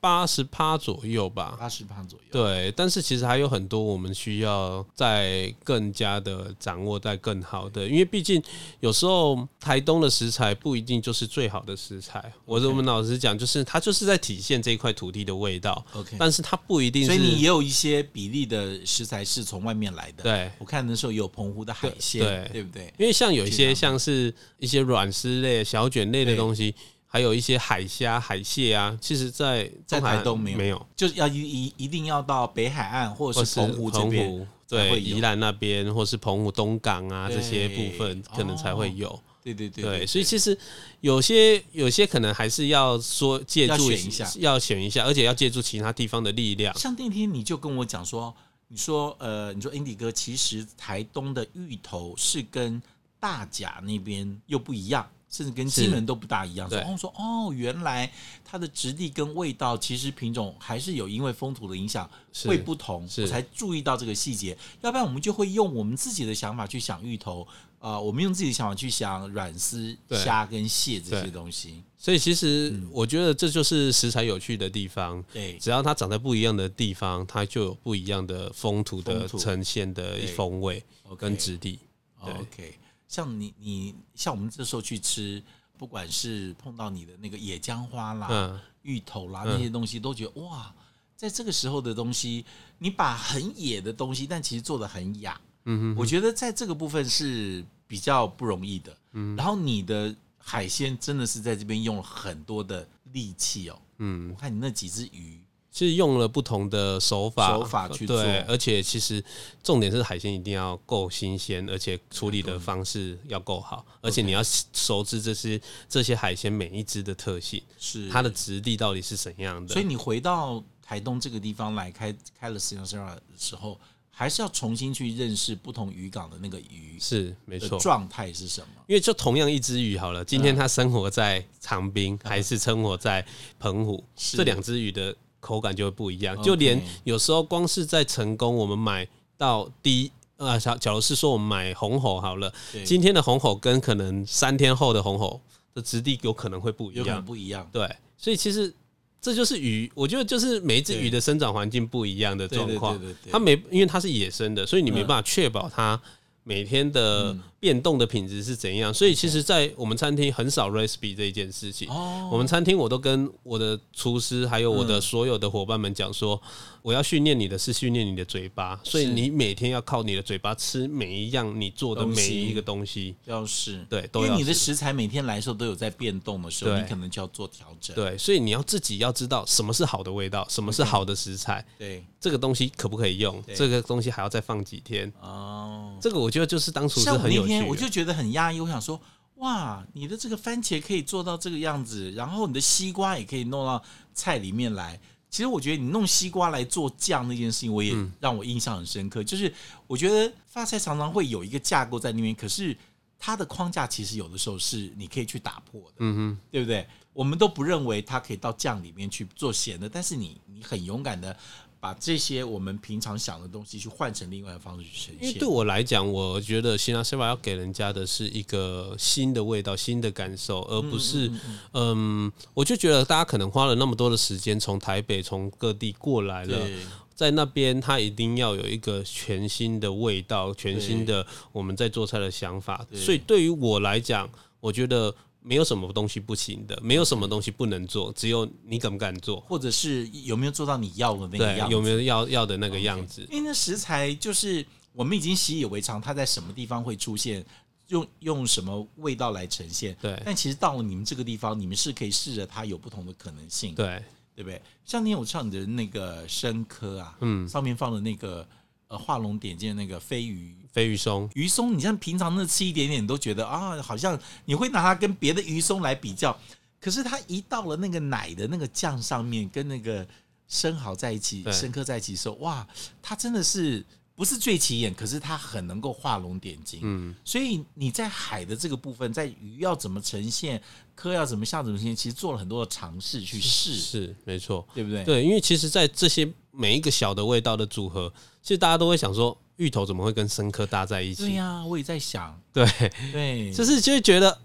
S2: 八十趴左右吧。
S1: 八十磅左右。
S2: 对，但是其实还有很多我们需要再更加的掌握，再更好的，因为毕竟有时候台东的食材不一定就是最好的食材。我我们老实讲，就是它就是在体现这一块土地的味道，
S1: OK，
S2: 但是它不一定是。
S1: 所以你也有一些比例的食材是从外面来的。，
S2: 对，
S1: 我看的时候有澎湖的海鲜，
S2: 对
S1: 对不对？
S2: 因为像有一
S1: 尽量
S2: 些像是一些软丝类、小卷类的东西，还有一些海虾、海蟹啊，其实在
S1: 在台东没有
S2: 没有，
S1: 就是要一一一定要到北海岸或者
S2: 或
S1: 是澎湖这边。
S2: 湖
S1: 才
S2: 对
S1: 会有
S2: 宜兰那边，或是澎湖东港啊
S1: 对
S2: 这些部分，可能才会有。
S1: 对对对
S2: 对，所以其实有些有些可能还是要说借助
S1: 要选一下，
S2: 要选一下，而且要借助其他地方的力量。
S1: 像那天你就跟我讲说，你说呃，你说 Andy 哥，其实台东的芋头是跟大甲那边又不一样，甚至跟
S2: 是
S1: 金门都不大一样。说
S2: 对
S1: 哦，说哦，原来它的质地跟味道，其实品种还是有因为风土的影响
S2: 是
S1: 会不同，
S2: 是
S1: 我才注意到这个细节。要不然我们就会用我们自己的想法去想芋头。啊，我们用自己的想法去想软丝、
S2: 对
S1: 虾跟蟹这些
S2: 对
S1: 东西，
S2: 所以其实
S1: 嗯
S2: 我觉得这就是食材有趣的地方。
S1: 对，
S2: 只要它长在不一样的地方，它就有不一样的风土的
S1: 风土
S2: 呈现的
S1: 对
S2: 风味
S1: OK
S2: 跟质地。对
S1: 哦 OK，像你你像我们这时候去吃，不管是碰到你的那个野姜花啦、
S2: 嗯，
S1: 芋头啦
S2: 嗯
S1: 那些东西，都觉得哇，在这个时候的东西，你把很野的东西，但其实做的很雅。
S2: 嗯
S1: 我觉得在这个部分是比较不容易的。嗯，然后你的海鲜真的是在这边用了很多的力气哦。
S2: 嗯
S1: 我，看你那几只鱼，
S2: 是用了不同的手法
S1: 手法去做
S2: 对，而且其实重点是海鲜一定要够新鲜，而且处理的方式要够好，而且你要熟知这些这些海鲜每一只的特性，
S1: 是
S2: 它的质地到底是怎样的。
S1: 所以你回到台东这个地方来开开了 s i n a s e r a 的时候，还是要重新去认识不同渔港的那个鱼
S2: 是没
S1: 的
S2: 错。
S1: 状态是什么。
S2: 因为就同样一只鱼好了，
S1: 嗯
S2: 今天它生活在长滨、还是生活在澎湖，
S1: 是
S2: 这两只鱼的口感就会不一样。
S1: OK
S2: 就连有时候光是在成功，我们买到第一。呃，假假如是说我们买红猴好了，
S1: 对，
S2: 今天的红猴跟可能三天后的红猴的质地有可能会不一
S1: 有可能
S2: 样，
S1: 不一样。
S2: 对，所以其实这就是鱼，我觉得就是每一只
S1: 对
S2: 鱼的生长环境不一样的
S1: 对
S2: 状
S1: 对
S2: 况
S1: 对，对对，
S2: 它没，因为它是野生的，所以你没
S1: 嗯
S2: 办法确保它每天的变动的品质是怎样。所以其实，在我们餐厅很少 recipe 这一件事情。
S1: 哦，
S2: 我们餐厅我都跟我的厨师还有我
S1: 嗯
S2: 的所有的伙伴们讲说，我要训练你的是训练你的嘴巴，所以
S1: 是
S2: 你每天要靠你的嘴巴吃每一样你做的
S1: 东
S2: 每
S1: 西
S2: 一个东西。
S1: 要是
S2: 对
S1: 因
S2: 都
S1: 为
S2: 要
S1: 你的
S2: 是
S1: 食材每天来的时候都有在变动的时候，
S2: 对
S1: 你可能就要做调整。
S2: 对，所以你要自己要知道什么是好的味道，什么
S1: 嗯
S2: 是好的食材，
S1: 对，
S2: 这个东西可不可以用，这个东西还要再放几天。
S1: 哦，
S2: 这个我觉得就是当厨师
S1: 像我
S2: 很
S1: 那
S2: 有趣
S1: 天
S2: 的。
S1: 我就觉得很压抑，我想说。哇，你的这个番茄可以做到这个样子，然后你的西瓜也可以弄到菜里面来。其实我觉得你弄西瓜来做酱那件事情，我也
S2: 嗯
S1: 让我印象很深刻。就是我觉得发菜常常会有一个架构在那边，可是它的框架其实有的时候是你可以去打破的。
S2: 嗯哼。
S1: 对不对？我们都不认为它可以到酱里面去做咸的，但是你你很勇敢的把这些我们平常想的东西去换成另外的方式去呈
S2: 因为
S1: 现
S2: 对。我来讲，我觉得辛拉西巴要给人家的是一个新的味道、新的感受，而不是嗯我就觉得大家可能花了那么多的时间从台北、从各地过来了，
S1: 对，
S2: 在那边他一定要有一个全新的味道、全新的我们在做菜的想法。
S1: 对
S2: 所以对于我来讲，我觉得没有什么东西不行的，没有什么东西不能做，只有你敢不敢做，
S1: 或者是有没有做到你要的那个
S2: 对
S1: 样，子？
S2: 有没有要要的那个样子。
S1: 因为那食材就是我们已经习以为常，它在什么地方会出现，用用什么味道来呈现。
S2: 对
S1: 但其实到了你们这个地方，你们是可以试着它有不同的可能性。
S2: 对，
S1: 对不对？像你有唱你的那个生科啊，嗯，上面放的那个呃画龙点睛的那个飞鱼
S2: 飞鱼松。
S1: 鱼松，你像平常那吃一点点，你都觉得啊，好像你会拿它跟别的鱼松来比较，可是它一到了那个奶的那个酱上面，跟那个生蚝在一起、
S2: 对
S1: 生科在一起的时候，哇，它真的是不是最起眼，可是它很能够画龙点睛。嗯，所以你在海的这个部分，在鱼要怎么呈现，科要怎么下怎么呈现，其实做了很多的尝试去试，
S2: 是没错，
S1: 对不对？
S2: 对，因为其实，在这些每一个小的味道的组合，其实大家都会想说，芋头怎么会跟生科搭在一
S1: 对
S2: 起？
S1: 呀、我也在想，
S2: 对，
S1: 对，
S2: 就是就会觉得嘖嗯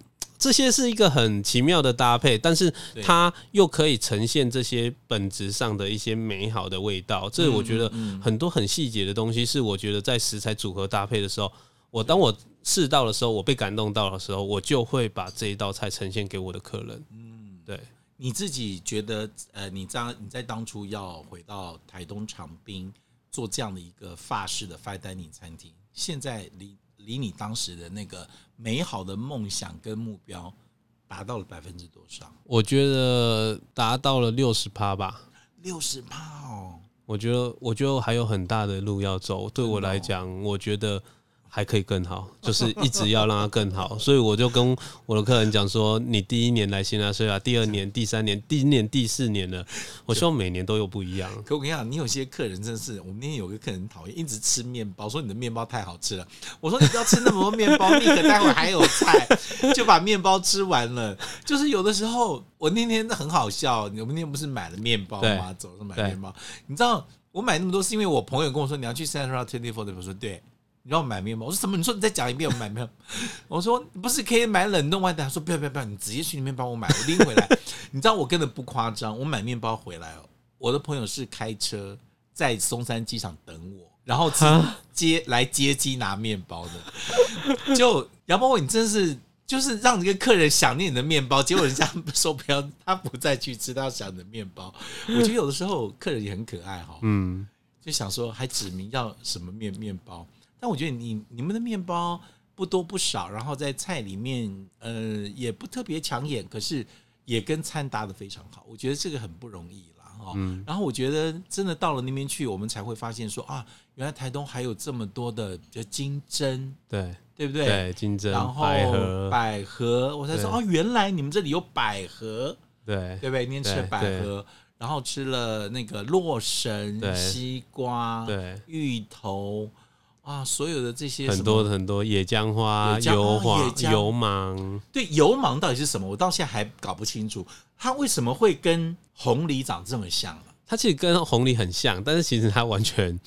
S2: 这些是一个很奇妙的搭配，但是
S1: 对
S2: 它又可以呈现这些本质上的一些美好的味道。这
S1: 嗯
S2: 我觉得很多很细节的东西，是我觉得在食材组合搭配的时候，我当我试到的时候，我被感动到的时候，我就会把这一道菜呈现给我的客人。嗯，对。
S1: 你自己觉得，呃，你当你在当初要回到台东长滨做这样的一个法式的 fine dining 餐厅，现在离离你当时的那个美好的梦想跟目标达到了百分之多少？
S2: 我觉得达到了六十趴吧。
S1: 六十趴哦，
S2: 我觉得，我觉得还有很大的路要走。对我来讲，我觉得还可以更好，就是一直要让它更好。所以我就跟我的客人讲说：“你第一年来新加坡啊，第二年、第三年、第一年、第四年了，我希望每年都有不一样。
S1: 可我跟你讲，你有些客人真是，我们那天有个客人很讨厌，一直吃面包，说你的面包太好吃了。我说你不要吃那么多面包，立刻待会还有菜，就把面包吃完了。就是有的时候，我那天很好笑，我们那天不是买了面包吗？走着买面包，你知道我买那么多是因为我朋友跟我说你要去 Central Twenty Four 的，我说对。你让我买面包，我说什么？你说你再讲一遍，我买面包。我说不是可以买冷冻外带？他说不要不要不要，你直接去里面帮我买，我拎回来。你知道我根本不夸张，我买面包回来哦，我的朋友是开车在松山机场等我，然后自接 来接机拿面包的。 就杨博伟，你真是就是让一个客人想念你的面包，结果人家 说不要，他不再去吃，他想你的面包。我觉得有的时候客人也很可爱哈、
S2: 嗯，
S1: 就想说还指明要什么面面包，但我觉得你你们的面包不多不少，然后在菜里面呃也不特别抢眼，可是也跟餐搭的非常好，我觉得这个很不容易啦哦。
S2: 嗯
S1: 然后我觉得真的到了那边去，我们才会发现说啊，原来台东还有这么多的比如金针，
S2: 对
S1: 对不对？
S2: 对，金针
S1: 然后、
S2: 百合，
S1: 百合我才说
S2: 对
S1: 哦，原来你们这里有百合。
S2: 对
S1: 对不对？那天吃了
S2: 对
S1: 百合，然后吃了那个洛神
S2: 对、
S1: 西瓜、
S2: 对，
S1: 芋头啊，所有的这些什
S2: 很
S1: 么
S2: 多很多野姜花、
S1: 野姜
S2: 油
S1: 哦野
S2: 花、
S1: 姜
S2: 油芒，
S1: 对油芒到底是什么？我到现在还搞不清楚，它为什么会跟红梨长这么像啊
S2: 它其实跟红梨很像，但是其实它完全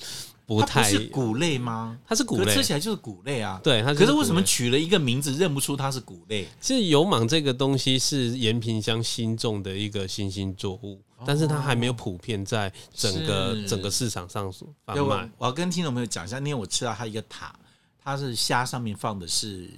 S2: 不
S1: 它
S2: 太
S1: 不是谷类吗？
S2: 它是谷
S1: 可是
S2: 类
S1: 吃，起来就是谷类啊。，
S2: 对，它
S1: 可是
S2: 谷
S1: 为什
S2: 类
S1: 么取了一个名字认不出它是谷类？
S2: 其实油芒这个东西是延平乡新种的一个新兴作物，但是它还没有普遍在整个
S1: 是
S2: 整个市场上所贩
S1: 对，我
S2: 卖。
S1: 我要跟听众朋友讲一下，那天我吃到它一个塔，它是虾上面放的是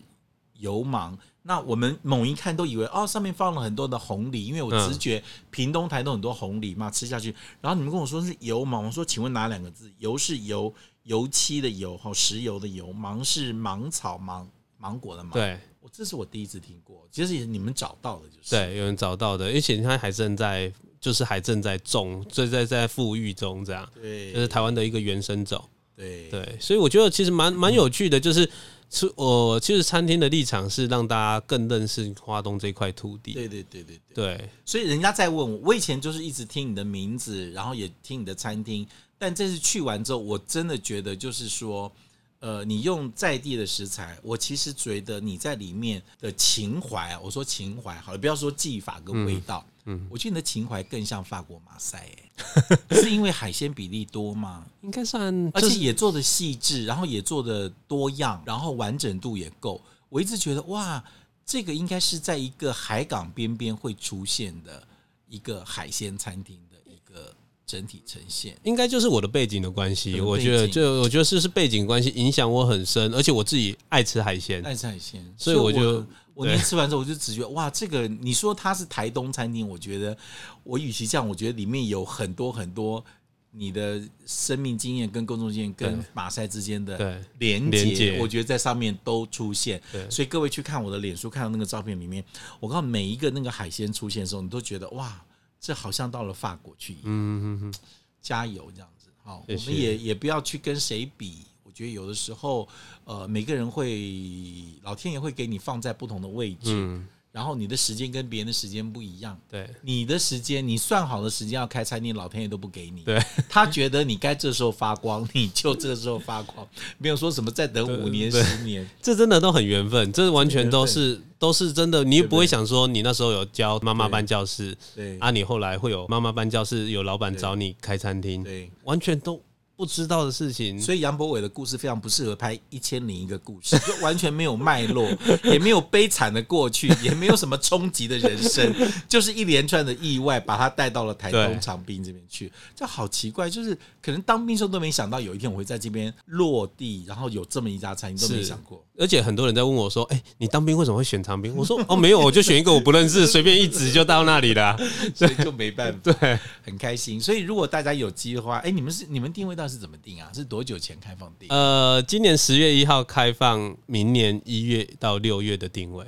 S1: 油芒。那我们猛一看都以为哦，上面放了很多的红梨，因为我
S2: 嗯
S1: 直觉屏东台都很多红梨嘛，吃下去。然后你们跟我说是油芒，我说请问哪两个字？油是油，油漆的油，哈，石油的油；芒是芒草芒芒果的芒。，
S2: 对
S1: 我这是我第一次听过，其实也是你们找到的，就是。
S2: 对，有人找到的，而且它还正在就是还正在种，所以在在富裕中这样，
S1: 对
S2: 就是台湾的一个原生种。
S1: 对
S2: 对，所以我觉得其实蛮蛮有趣的，就是吃我、其实餐厅的立场是让大家更认识花东这块土地。
S1: 对对对对对。
S2: 对
S1: 所以人家在问我，我以前就是一直听你的名字，然后也听你的餐厅，但这次去完之后，我真的觉得就是说，呃，你用在地的食材，我其实觉得你在里面的情怀，我说情怀好了，不要说技法跟味道，嗯，我觉得你的情怀更像法国马赛、欸， 是因为海鲜比例多吗？
S2: 应该算，
S1: 而
S2: 就
S1: 且
S2: 是
S1: 也做的细致，然后也做的多样，然后完整度也够。我一直觉得哇，这个应该是在一个海港边边会出现的一个海鲜餐厅的一个整体呈现。
S2: 应该就是我的背景的关
S1: 可
S2: 系，
S1: 能
S2: 我
S1: 背
S2: 觉得
S1: 景
S2: 就我觉得是是背景关系影响我很深，而且我自己爱吃海鲜，
S1: 爱吃海鲜，
S2: 所以我就
S1: 我我那
S2: 对
S1: 天吃完之后，我就直觉哇，这个你说它是台东餐厅，我觉得我与其这样，我觉得里面有很多很多你的生命经验跟工作经验跟
S2: 对
S1: 马赛之间的
S2: 对
S1: 连
S2: 连
S1: 接，
S2: 结
S1: 我觉得在上面都出现。
S2: 对
S1: 所以各位去看我的脸书，看到那个照片里面，我告诉你每一个那个海鲜出现的时候，你都觉得哇，这好像到了法国去一样，
S2: 嗯嗯嗯
S1: 加油这样子。好，我
S2: 谢
S1: 们
S2: 谢
S1: 也也不要去跟谁比。我觉得有的时候，呃，每个人会，老天爷会给你放在不同的位置，
S2: 嗯，
S1: 然后你的时间跟别人的时间不一样。
S2: 对
S1: 你的时间，你算好的时间要开餐厅，老天爷都不给你。
S2: 对，
S1: 他觉得你该这时候发光，你就这时候发 光，没有说什么再等
S2: 对
S1: 五年、
S2: 对
S1: 十年。
S2: 这真的都很缘分，这完全都
S1: 缘分
S2: 是都是真的，你也
S1: 对不
S2: 不会
S1: 对
S2: 想说你那时候有教妈妈班教室
S1: 对，
S2: 啊啊，你后来会有妈妈班教室有老板
S1: 对
S2: 找你开餐厅，
S1: 对，
S2: 完全都不知道的事情。
S1: 所以杨博伟的故事非常不适合拍《一千零一个故事》， 就完全没有脉 络，也没有悲惨的过去，也没有什么冲击的人生， 就是一连串的意外把他带到了台
S2: 对
S1: 东长滨这边去。这好奇怪，就是可能当兵时候都没想到有一天我会在这边落地，然后有这么一家餐厅都没
S2: 是
S1: 想过。
S2: 而且很多人在问我说：“哎、你当兵为什么会选长兵？”我说：“哦，没有，我就选一个我不认 识，随便一指就到那里了。
S1: 所以就没办法，对，很开心。所以如果大家有机会的话，哎、你们是你们定位到底是怎么定啊？是多久前开放”定？
S2: 呃，今年十月一号开放，明年一月到六月的定位，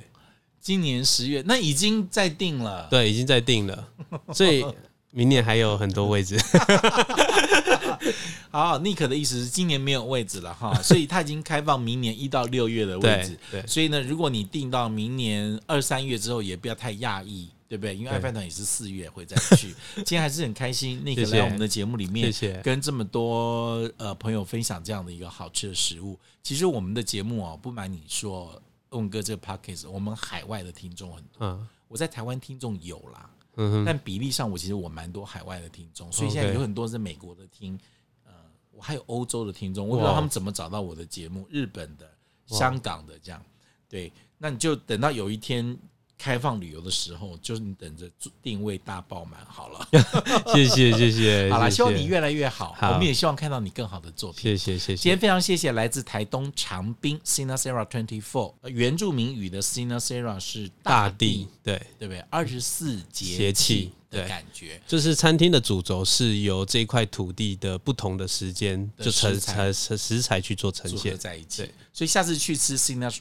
S1: 今年十月，那已经在定了。
S2: 对，已经在定了，所以明年还有很多位 置。
S1: 好，Nick 的意思是今年没有位置了哈，所以他已经开放明年一到六月的位置。
S2: 对对
S1: 所以呢，如果你定到明年二三月之后，也不要太讶异。对不对？因为
S2: 对
S1: 爱饭团也是四月会再 去。今天还是很开心，Nick
S2: 谢谢
S1: 来我们的节目里面，
S2: 谢谢
S1: 跟这么多呃朋友分享这样的一个好吃的食物。其实我们的节目哦，不瞒你说，问哥这个 podcast，我们海外的听众很多，
S2: 嗯
S1: 我在台湾听众有啦，
S2: 嗯哼，
S1: 但比例上，我其实我蛮多海外的听众，所以现在
S2: OK
S1: 有很多是美国的听，呃，我还有欧洲的听众，我也不知道
S2: 哇
S1: 他们怎么找到我的节目，日本的、香港的这样。对，那你就等到有一天开放旅游的时候，就是你等着定位大爆满好了。
S2: 谢谢谢谢。
S1: 好啦，
S2: 谢谢
S1: 希望你越来越好，
S2: 好
S1: 我们也希望看到你更好的作品。
S2: 谢谢谢
S1: 今
S2: 谢
S1: 天非常谢谢来自台东长滨 Sinasera Twenty Four 呃原住民语的 Sinasera 是大
S2: 大地
S1: 地，
S2: 对。
S1: 对不对？二十四节
S2: 节
S1: 气
S2: 气
S1: 的
S2: 对
S1: 感觉。
S2: 就是餐厅的主轴是由这块土地的不同的时间
S1: 的
S2: 就呈
S1: 食材
S2: 呈食材去做呈
S1: 组合
S2: 现。
S1: 在一起
S2: 对。
S1: 所以下次去吃 Signature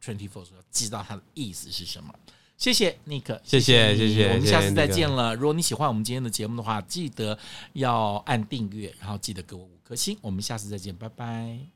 S1: Twenty Four 的时候，知道它的意思是什么。谢谢 Nick，
S2: 谢谢
S1: 你
S2: 谢谢
S1: 我们下次
S2: 谢谢
S1: 再
S2: Nick
S1: 见了。如果你喜欢我们今天的节目的话，记得要按订阅，然后记得给我五颗星。我们下次再见，拜拜。